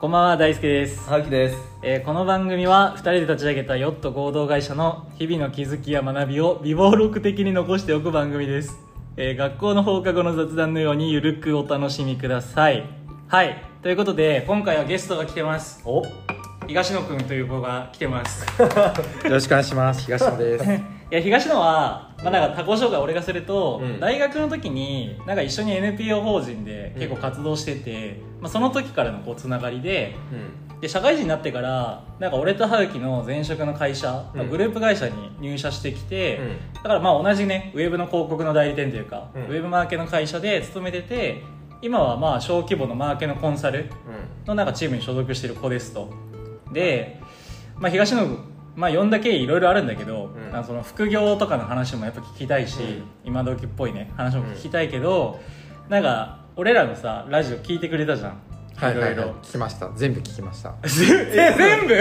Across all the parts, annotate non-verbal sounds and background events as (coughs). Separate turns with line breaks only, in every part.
こんばんは大輔です、
はきです
えーこの番組は2人で立ち上げたヨット合同会社の日々の気づきや学びを微暴録的に残しておく番組です、えー学校の放課後の雑談のようにゆるくお楽しみくださいはいということで今回はゲストが来てます
およ
東野くんという子が来てます
(laughs) ろしくお願いします東
(laughs)
野です
いや東野は、まあ、なんか他校紹介俺がすると、
うん
大学の時になんか一緒に NPO 法人で結構活動してて、まあ、その時からのこうつながりで
うん
で社会人になってからなんか俺と春樹の前職の会社、
うん
グループ会社に入社してきて、だからまあ同じねウェブの広告の代理店というか、
うん
ウェブマーケの会社で勤めてて今はまあ小規模のマーケのコンサルのなんかチームに所属してる子ですとで、まあ、東野まあ呼んだ経緯いろいろあるんだけど、
うん
あのその副業とかの話もやっぱ聞きたいし、
うん
今時っぽいね話も聞きたいけど、なんか俺らのさラジオ聞いてくれたじゃん
はいはいい、
ろ
はいい
ろ、
聞きました全部聞きました
え全部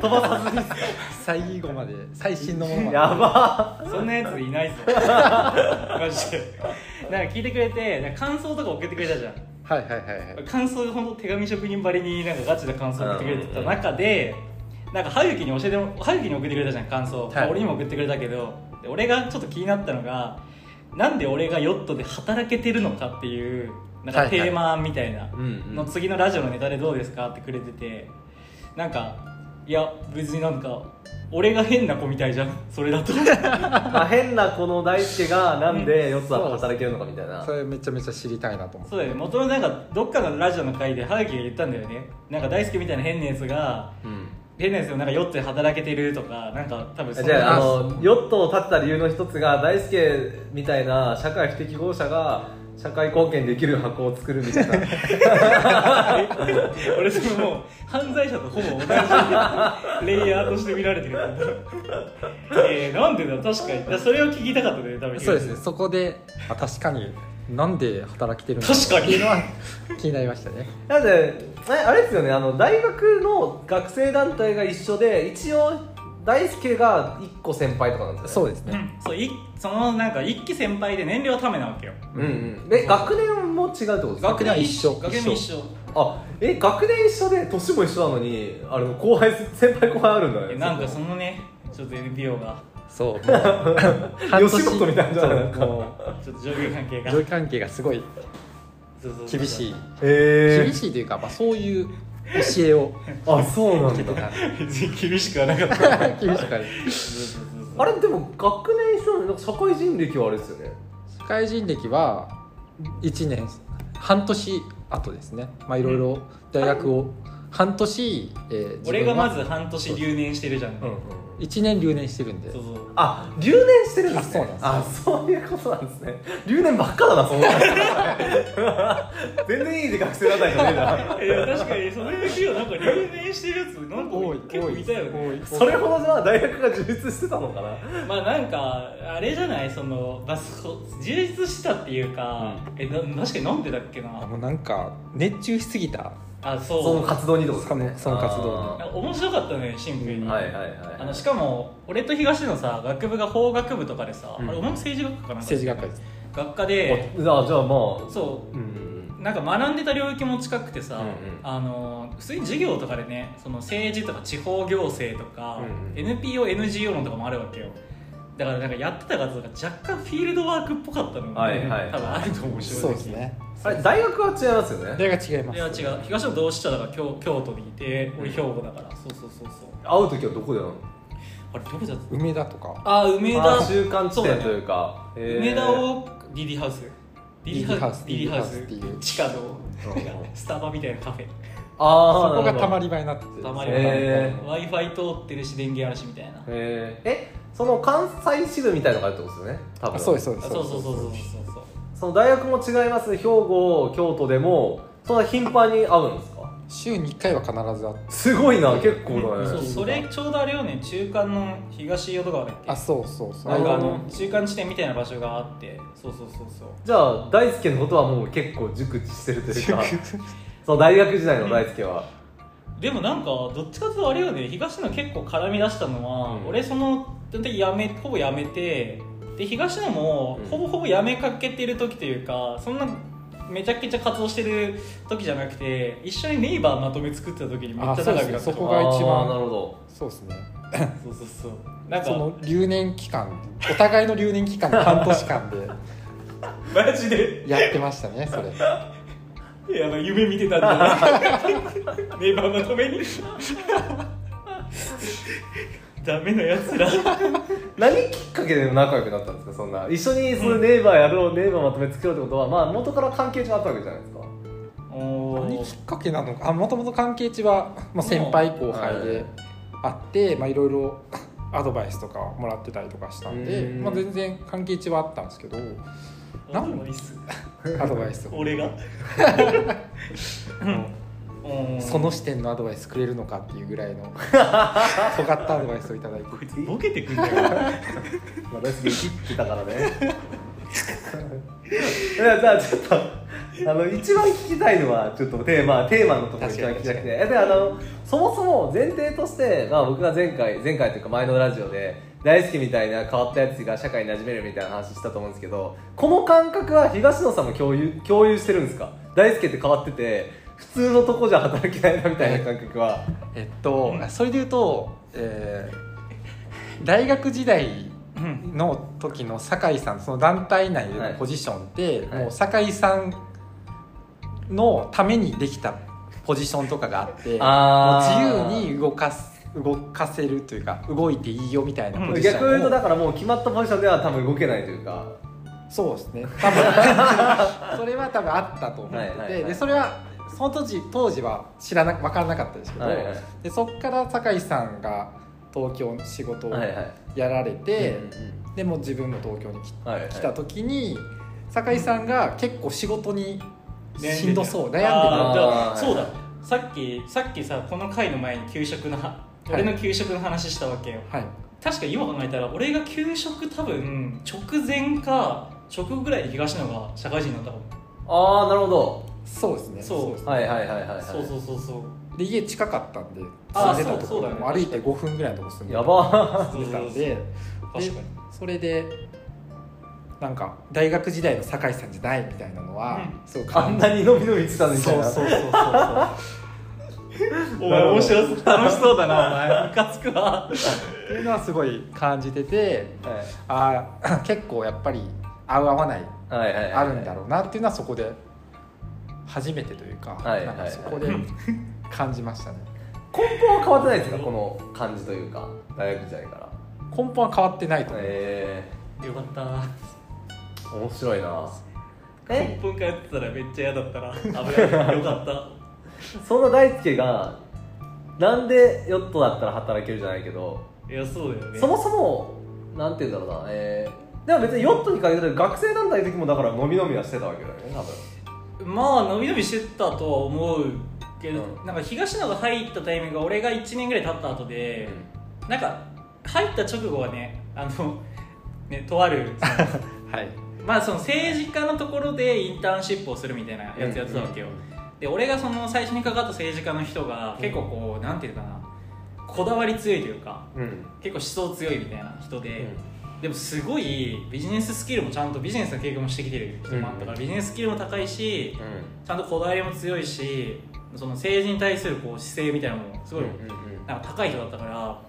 飛ばさずに
(laughs) 最後まで最新の (laughs) ものまで
やば
そんなやついないぞマジでなんか聞いてくれてなんか感想とか送ってくれたじゃん
はいはいはいはい
感想本当手紙職人ばりになんかガチな感想送ってくれてた中でなんか春樹に教えても春樹に送ってくれたじゃん感想、
い
まあ俺にも送ってくれたけどで俺がちょっと気になったのがなんで俺がヨットで働けてるのかっていうなん
はい
か
はい
テーマみたいな
うんうん
の次のラジオのネタでどうですかってくれててなんかいや別になんか俺が変な子みたいじゃんそれだと
まあ変なこの大輔がなんで四つは働けるのかみたい
(laughs)
な
それめちゃめちゃ知りたいなと思って
そうだよね元のなんかどっかのラジオの回でハガキが言ったんだよねなんか大輔みたいな変なやつが
うん
変なやつのなんかヨットで働けてるとかなんか多分そ
じゃああ
の
のヨットを建てた理由の一つが大輔みたいな社会不適合者が社会貢献できる箱を作るみたいな
(laughs) 俺そのもう犯罪者とほぼ同じ (laughs) レイヤーとして見られてるえー、なんでだ確かにだからそれを聞きたかったね多分
そうですねそこであ確かになんで働きてるの
確かに
っていうのは (laughs) 気になりましたね
なんでえあれですよねあの大学の学生団体が一緒で一応大輔が一個先輩とかなんです
そ
よね
うです
う
ね
ん (clears throat) そういそのなんか一期先輩で年齢はためなわけよ
うんうんで学年も違うってことですか
学年は一緒
学年も一緒
あえ学年一緒で年も一緒なのにあれ後輩先輩後輩あるんだ
え
ね
なんか
そ
そのねちょっと NPO が
そう (laughs)
吉本みたいな
そう
なんか
も
ちょっと上下関係
う
が
上位関係がすごい
そうそうそう
厳しい厳
へえ
しいというか、まあ、そういう教え (laughs) を
あそうな
受けて
ん
た
だ
ん
別に厳しくはなかった
で厳しかった
あれでも学年一緒なのになんか社会人歴はあれですよね
社会人歴は1年半年後ですねまあいろいろ大学を半年、えー自分
俺がまず半年留年してるじゃん、
うんうん
1年留年してるんで
そうそう
あ留年してるんですね
あ
あそういうことなんですね留年ばっかだなそんな全然いい学生だったじゃねえな
いや確かにその NPO なんか留年してるやつなんか結構いたよね
(laughs) それほどじゃあ大学が充実してたのかな
まあなんかあれじゃないそのバスコ充実したっていうか、えな確かになんでだっけ
あ
な
もうなんか熱中しすぎた
あそう
その活動にってことですね
そのその活動に
あ
なんか面白かったのよシンプルに、
ーはいはいはいはい
あのしかも俺と東のさ学部が法学部とかでさ、
うん
あれお前も政治学科かな
政治学科です
学科で
あじゃあじゃあまあ
そう
うんうん
なんか学んでた領域も近くてさ、
うんうん
あの普通に授業とかでねその政治とか地方行政とか、
うんうん
NPONGO 論とかもあるわけよだからなんかやってた活動が若干フィールドワークっぽかったのも、
はいはい
多分あると思う正直
そうですね
あれ大学は違いますよ
そ
ね
れが違いま
いや違
す
う東の同志社だから京京都にいて俺兵庫だから、そうそうそうそう
会う時はどこで会うの
あれどこだった
梅田とか
あ梅田
あ中間地
そうだ
点
ね
というかへー
梅田をリリーハウスリリーハウス
リリーハウス
リリ
リリーハウスっていう
地下の
うん
なんかスタバみたいなカフェ
あ
そ
あ
こがたま
り
り場になってて
たま
り
に
場
w i f i 通ってるし電源あるしみたいな
ええその関西支部みたいのがあるってことですよね多分
あそうですそう
あ
です
そうそうそうそうそうそう
その大学も違います兵庫京都でもそんな頻繁に会うんですか
週に1回は必ずあって
すごいな結構だね
そうそれちょうどあれよね中間の東淀川だっけ
あそうそうそう
なんかあの
あの
中間地点みたいな場所があってそうそうそうそう
じゃあ大輔のことはもう結構熟知してると
(laughs)
いうかその大学時代の大輔は
でもなんかどっちかというとあれよね東野結構絡み出したのは、
うん
俺そのだってやめほぼやめてで東野も
うん
ほぼほぼやめかけてる時というかそんなめちゃくちゃ活動してる時じゃなくて一緒にネイバーまとめ作ってた時にめっちゃ
あ
長
そう
くなっ
です
て
ね
た
そこ
あ
が一番
ーなるほど
そうですね
そうそうそうなん
そ
か
の留年期間お互いの留年期間の半年間で
マジで
やってましたねそれ
いやあの夢見てたん
(laughs)
だネイバーまとめにダメなやつら
何きっかけで仲良くなったんですかそんな一緒にそのネイバーやろう、ネイバーまとめ作ろうってことはまあ元から関係値があったわけじゃないですか
お
何
ー
きっかけなのかもともと関係値は、まあ、先輩後輩であってまあいろいろ (laughs) アドバイスとかもらってたりとかしたんで、
うん
まあ、全然関係値はあったんです
(laughs)
けど
アドバイス
アドバイスを
俺がうん
その視点のアドバイスくれるのかっていう
(laughs)
ぐらいの尖ったアドバイスをいただいて
こいつボケてくんだよ
まあ大好き切ってたからね (laughs) いやじゃあちょっとあの一番聞きたいのはちょっとテーマテーマのところ一番聞きた
確かに確かに
くてえであのそもそも前提として、まあ、僕が前回前回というか前のラジオで大好きみたいな変わったやつが社会に馴染めるみたいな話したと思うんですけどこの感覚は東野さんも共有共有してるんですか大好きって変わってて普通のとこじゃ働けないなみたいな感覚は
えっとそれで言うと、えー大学時代
うん
の時の酒井さんその団体内でのポジションって、
はい
もう酒井さんのためにできたポジションとかがあって
あー
もう自由に動かす動かせるというか動いていいよみたいなポジション
逆
を
に言うとだからもう決まったポジションでは多分動けないというか
そうですね多分
(laughs)
それは多分あったと思ってて、
はいはいはい
でそれはその当時当時は知らな分からなかったですけど、
はいはい
でそっから酒井さんが東京の仕事を
はいはい
やられて、
うんうんうん
でもう自分も東京に来
はいはい
来た時に酒井さんが結構仕事に
ね
(laughs) しんどそう悩んで
あー
た
だ
あー
そうださっきさっきさこの回の前に給食のは俺の給食の話したわけよ
はい
確か今考えたら俺が給食多分直前か直後ぐらいで東野が社会人になったかも
ああなるほど
そうですね
そう
です
はいはいはいはい、はい、
そうそうそうそう
で家近かったんで
あー
住んでた
そ
と
う
こ
そうだ
ろ
ね
もう歩いて5分ぐらいのとこ住んで
やば
そ
住
うんそ
で
うそ
た
う
ん
確
で
(laughs)
かに
それでなんか大学時代の酒井さんじゃないみたいなのは、すごい
あ
感
ん
じ
なに伸び伸びしてたのにみた
そ
いうな
そうそうそうそう
(laughs) お前面白そう楽しそうだなお前ムカつくわ
っていうのはすごい感じてて
はい
ああ (coughs) 結構やっぱり合う合わない
はいはいはい
あるんだろうなっていうのはそこで初めてというか,、
はい
なんかそこ
は
(laughs) で
いはい
感じましたね
根本は変わってないですかこの感じというか大学時代から
根本は変わってないと思う、
え
よかった
ー、面白いな
根
え
本からやってたらめっちゃ嫌だったな危ないよかった
そんな大輔がなんでヨットだったら働けるじゃないけど
いやそうだよね
そもそもなんて言うんだろうなえー、でも別にヨットに限らず学生団体の時もだから伸び伸びはしてたわけだよね多分
まあ伸び伸びしてたとは思うけど、
うん
なんか東野が入ったタイミングが俺が1年ぐらい経った後で、なんか入った直後はねあのねとあるその
(laughs) はい
まあその政治家のところでインターンシップをするみたいなやつやってたわけよ、
うんうん
で俺がその最初にかかった政治家の人が結構こう、なんていうかなこだわり強いというか
うん
結構思想強いみたいな人で、でもすごいビジネススキルもちゃんとビジネスの経験もしてきてる人もあったから、
うん
ビジネススキルも高いし、
うん
ちゃんとこだわりも強いしその政治に対するこう姿勢みたいなのもすごい
うんうん
なんか高い人だったから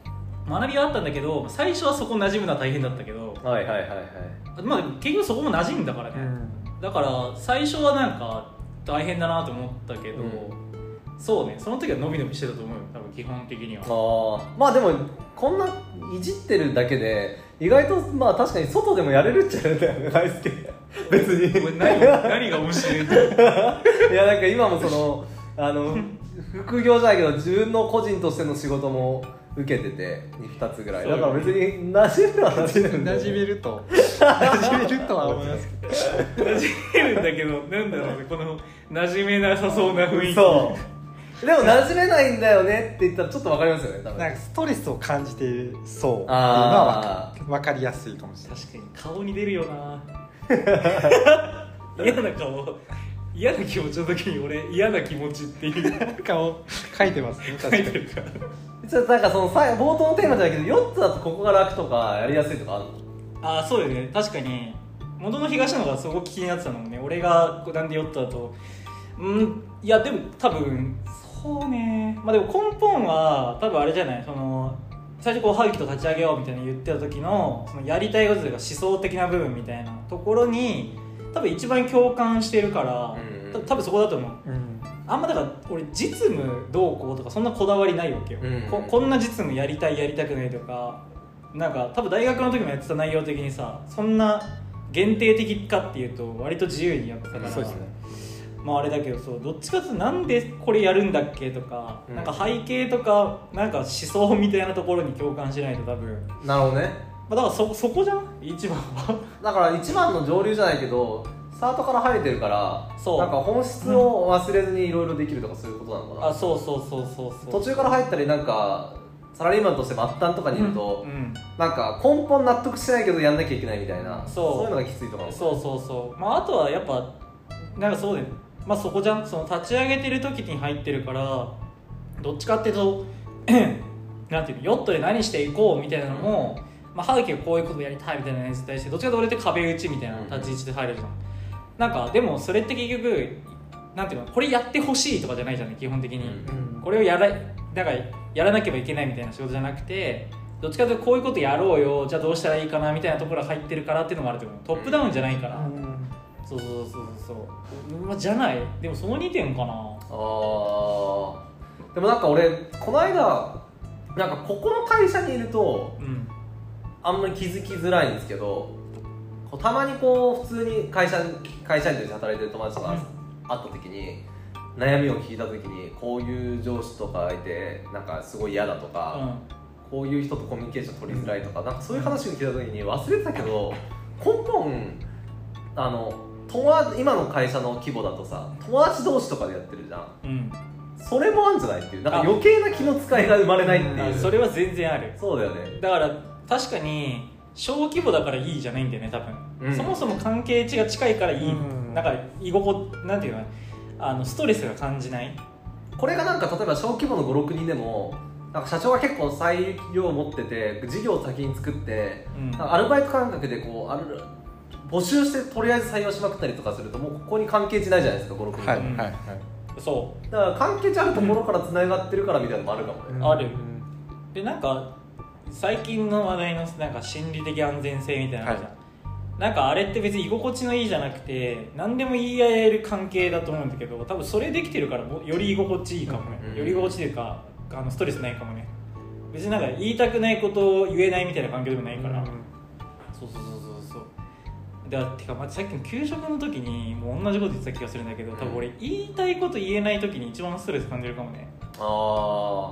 学びはあったんだけど最初はそこ馴染むのは大変だったけど、
うんはいはいはいはい
まあ、結局そこも馴染んだから
う
ね、
ん
だから最初はなんか大変だなと思ったけど、
う
そうねその時は伸び伸びしてたと思うよ多分基本的には
ああまあでもこんないじってるだけで意外とまあ確かに外でもやれるっちゃやれたよね大輔別
これ
に
何何が面白いんだよ
(laughs) いやなんか今もそのあの副業じゃないけど自分の個人としての仕事も受けてて2つぐらい
そう
だから別に馴染むのは馴染めるんだよ
馴
ね
染めると馴染めるとは思いますけ
馴染めるんだけ
(laughs)
どなんだろうねこの馴染めなさそうな雰囲気
そうでも馴染めないんだよねって言ったらちょっとわかりますよね多
ど
分
なんかストレスを感じてそうっていうの
あ
は
ー
分か分かりやすいかもしれない
確かに顔に出るよ
(laughs)
な嫌な顔嫌な気持ちの時に俺嫌な気持ちっていう
顔 (laughs) 書いてますね
書
確か
いて
に
るから
ちょっとなんかそのさ冒頭のテーマじゃないけど4つだとここが楽とかやりやすいとかあるの
ああそうよね確かに元の東野がすごく気になってたのもね俺が五段でヨットだとうんいやでも多分そうねまあでも根本は多分あれじゃないその最初こうハウキと立ち上げようみたいな言ってた時のそのやりたいことというか思想的な部分みたいなところに多分一番共感してるから、
うんうん
多分多分そこだと思う
うん
あんまだから俺実務どうこうとかそんなこだわりないわけよ、
うん
ここんな実務やりたいやりたくないとかなんか多分大学の時もやってた内容的にさそんな限定的かっていうと割と自由にやってたから、
うん
そうですね
まああれだけどそうどっちかっていうとなんでこれやるんだっけとか、
うん
なんか背景とかなんか思想みたいなところに共感しないと多分、ま
なるほどね
あ、だからそそこじゃん一番は
だから一番の上流じゃないけどスタートから入れてるから
そう
なんか本質を忘れずにいろいろできるとかそういうことなのかな、
あそうそうそうそうそう
途中から入ったりなんかサラリーマンとして末端とかにいると、
うんうん
なんか根本納得してないけどやんなきゃいけないみたいな
そう
いうのがきついとかも
そうそうそうまああとはやっぱなんかそうだよまあそこじゃんその立ち上げてる時に入ってるからどっちかっていうと (clears throat) なんていうのヨットで何していこうみたいなのも、まあ、ハウキがこういうことやりたいみたいなやつに対してどっちかというと俺って壁打ちみたいな立ち位置で入るじゃん、なんかでもそれって結局なんていうのこれやってほしいとかじゃないじゃんね基本的に、
うん
うん
これをやらなんかやらなければいけないみたいな仕事じゃなくてどっちかというとこういうことやろうよじゃあどうしたらいいかなみたいなところが入ってるからっていうのもあると思うトップダウンじゃないから、そうそうそうそうそう、まあ、じゃないでもその2点かな
あーでもなんか俺この間なんかここの会社にいると
うん
あんまり気づきづらいんですけどこうたまにこう普通に会社会社員として働いてる友達とか会った時に悩みを聞いた時にこういう上司とかいてなんかすごい嫌だとか、こういう人とコミュニケーション取りづらいとかなんかそういう話を聞いた時に忘れてたけど根本あの友達今の会社の規模だとさ友達同士とかでやってるじゃん
うんうん
それもあるんじゃないっていうなんか余計な気の使いが生まれないっていう
あそれは全然ある
そうだよね
だから確かに小規模だからいいじゃないんだよね多分、
うん
そもそも関係値が近いからいい、
うん
なんか居心地なんていうのあのストレスが感じない
これがなんか例えば小規模の56人でもなんか社長が結構裁量を持ってて事業を先に作って
うん
なんかアルバイト感覚でこうある募集してとりあえず採用しまくったりとかするともうここに関係値ないじゃないですか56人とか
はいはいはい
そう
だから関係値あるところからつながってるからみたいなのもあるかもね、
ある
うん
でなんか最近の話題のなんか心理的安全性みたいなのあるじゃん、なんかあれって別に居心地のいいじゃなくて何でも言い合える関係だと思うんだけど多分それできてるからもより居心地いいかもね、
うん
より居心地というかあのストレスないかもね別になんか言いたくないことを言えないみたいな環境でもないから、そうそうそうそうそうだからてか、まあ、さっきの給食の時にもう同じこと言ってた気がするんだけど多分俺言いたいこと言えない時に一番ストレス感じるかもね
ああ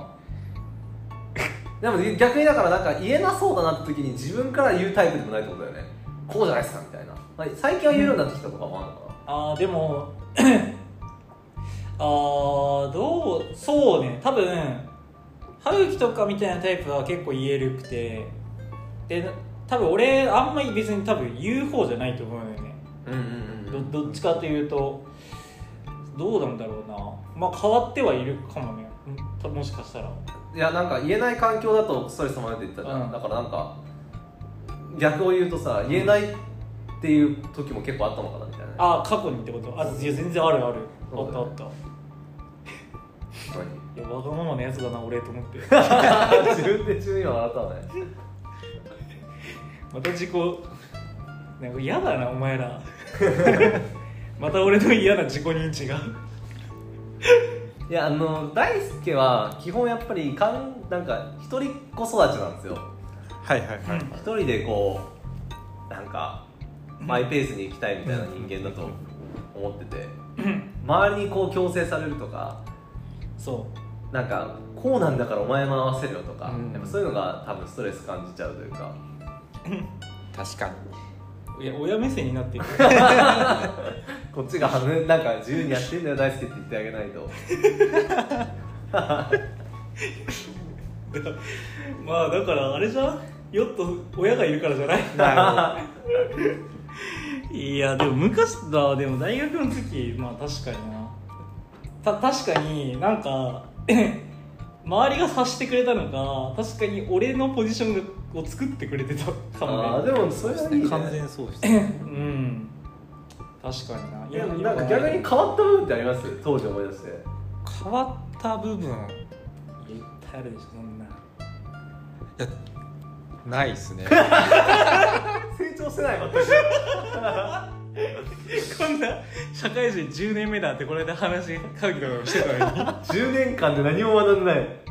でも逆にだからなんか言えなそうだなって時に自分から言うタイプでもないってことだよねこうじゃないですかみたいな、まあ最近は言えるようになってきたとかもあるのか
あーでも (coughs) あーどうそうね多分歯茎とかみたいなタイプは結構言えるくてで多分俺あんまり別に多分言う方じゃないと思うのよね
なうんうん
どどっちかというとどうなんだろうなまあ変わってはいるかもねうんたもしかしたら
いやなんか言えない環境だとストレス溜まるって言ったじゃん、
うん
だからなんか逆を言うとさ言えないっていう時も結構あったのかなみたいなね
ああ過去にってことあいや全然あるあるあったあったいやわがままなやつだな俺と思って
(laughs) 何自分で自分今笑ったわね
また自己なんか嫌だなお前ら (laughs) また俺の嫌な自己認知が
いやあの大輔は基本やっぱりかんなんか一人っ子育ちなんですよ
はいはいはい
一人でこうなんかマイペースに行きたいみたいな人間だと思っ
(laughs)
てて周りにこう強制されるとか
そ
なんかこうなんだからお前も合わせるよとか、
うん
やっぱそういうのが多分ストレス感じちゃうというか
確か
う
に
いや親目線になってる
こっちがあのなんか自由にやってんだよ大輔って言ってあげないと
(laughs) まあだからあれじゃんヨット親がいるからじゃ (laughs) ない
ない
やでも昔だでも大学の時まあ確かになた確か (coughs) になんか周りが察してくれたのか確かに俺のポジションがを作ってくれてたか
あ
も
ー
(coughs) ね
で
(laughs)
もそれはいい、ね、
完全喪失
うん確かにない
でもなんか逆に変わった部分ってあります当時思い出して
変わった部分い
言ってあるでしょそんな
やないですね
成長してない私
こんな社会人10年目だってこれで話書きとかもしてたのに
10年間で何も学んでない
(laughs)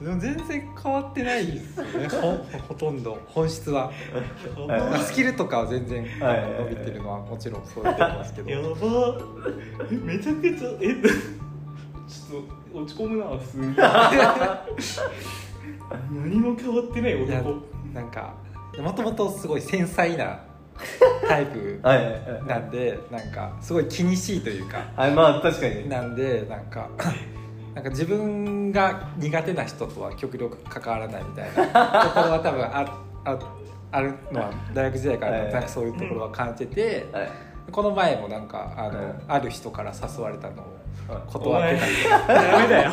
でも全然変わってないですよねほほとんど本質は
はい
スキルとかは全然
はいはいはい
伸びてるのはもちろんそうだと思いますけ
や
ど
ばえめちゃくちゃえちょっと落ち込むな普通に何も変わってない
いや
男
なんかもともとすごい繊細なタイプ
はいはいはい
なんでなんかすごい気にしいというか
はいまあ確かに
なんでなんか (coughs) なんか自分が苦手な人とは極力関わらないみたいなところは多分あああるのは大学時代から
はい
なんかそういうところは感じてて、
はい
この前もなんかあの、
はい
ある人から誘われたのを
はい
(laughs)
断って
ダメだよ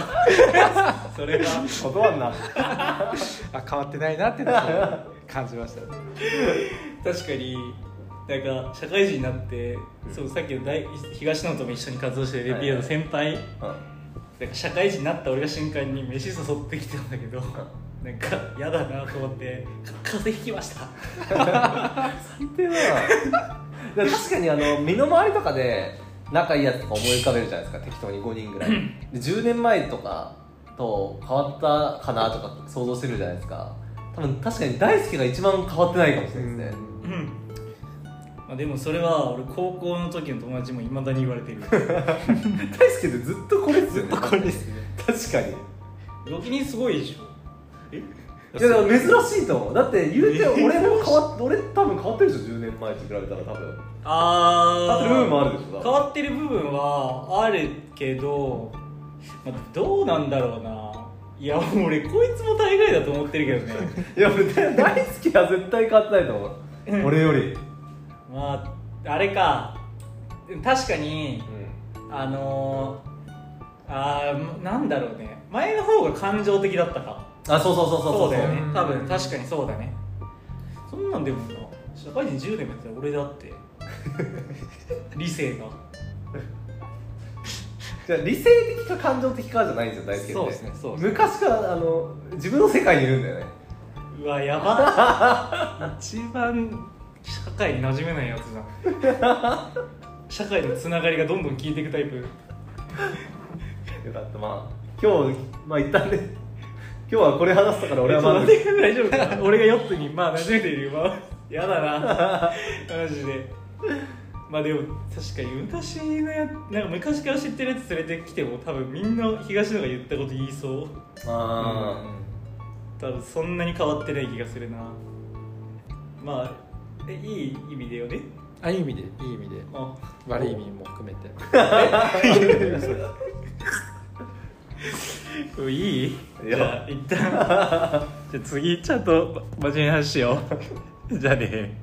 それは
断んな
たあ変わってないなっていうのを感じましたね
確かになんか社会人になって、そうさっきの大東野とも一緒に活動してるレピアの先輩、なんか社会人になった俺が瞬間に飯誘ってきてたんだけど、 (laughs) なんか嫌だなと思ってか風邪ひきました
最低だなでも確かにあの身の回りとかで仲いいやつとか思い浮かべるじゃないですか適当に5人ぐらいで10年前とかと変わったかなとか想像してるじゃないですか多分確かに大輔が一番変わってないかもしれないですね
うんまあでもそれは俺高校の時の友達もいまだに言われてる
大輔ってずっとこれですよね
(laughs) (laughs) これですね
確かに
ドキにすごいでしょ
いやでも珍しいと思うだって言うて俺も変わっ俺多分変わってるでしょ10年前と比べたら多分変わ
あ
ってる部分もあるでしょ多
変
分
わってる部分はあるけど、まあ、どうなんだろうないや俺こいつも大概だと思ってるけど
(laughs)
ね
いや俺大輔は絶対変わってないと思う俺より
まああれか確かにあのー、あーなんだろうね前の方が感情的だったか
あそうそうそうそう
そうだよ
う
ね
ん
多分確かにそうだねそんなんでもな社会人10年もやってたら俺だって
(laughs)
理性が
じゃあ理性的か感情的かじゃないんですよ大輔って
そうですねそうですね
昔からあの自分の世界にいるんだよね
うわやば一番社会に馴染めないやつだ
(laughs)
社会のつながりがどんどん効いていくタイプ
よかったまあ今日まあ一旦ね今日はこれ話したから俺はまだ
えちょっと待って大丈夫か (laughs) 俺がヨットにまあ馴染めているよ、まあ、 (laughs) やだな (laughs) マジでまあでも確かに昔のやなんか昔から知ってるやつ連れてきても多分みんな東野が言ったこと言いそう
あ
多分そんなに変わってない気がするなまあえいい意味でよね
あいい意味でいい意味で
(laughs) あ
悪い意味も含めて
うんいい
い
じ
や
ゃあ一旦 (laughs) じゃあ次ちゃんと真面目な話しようじゃあね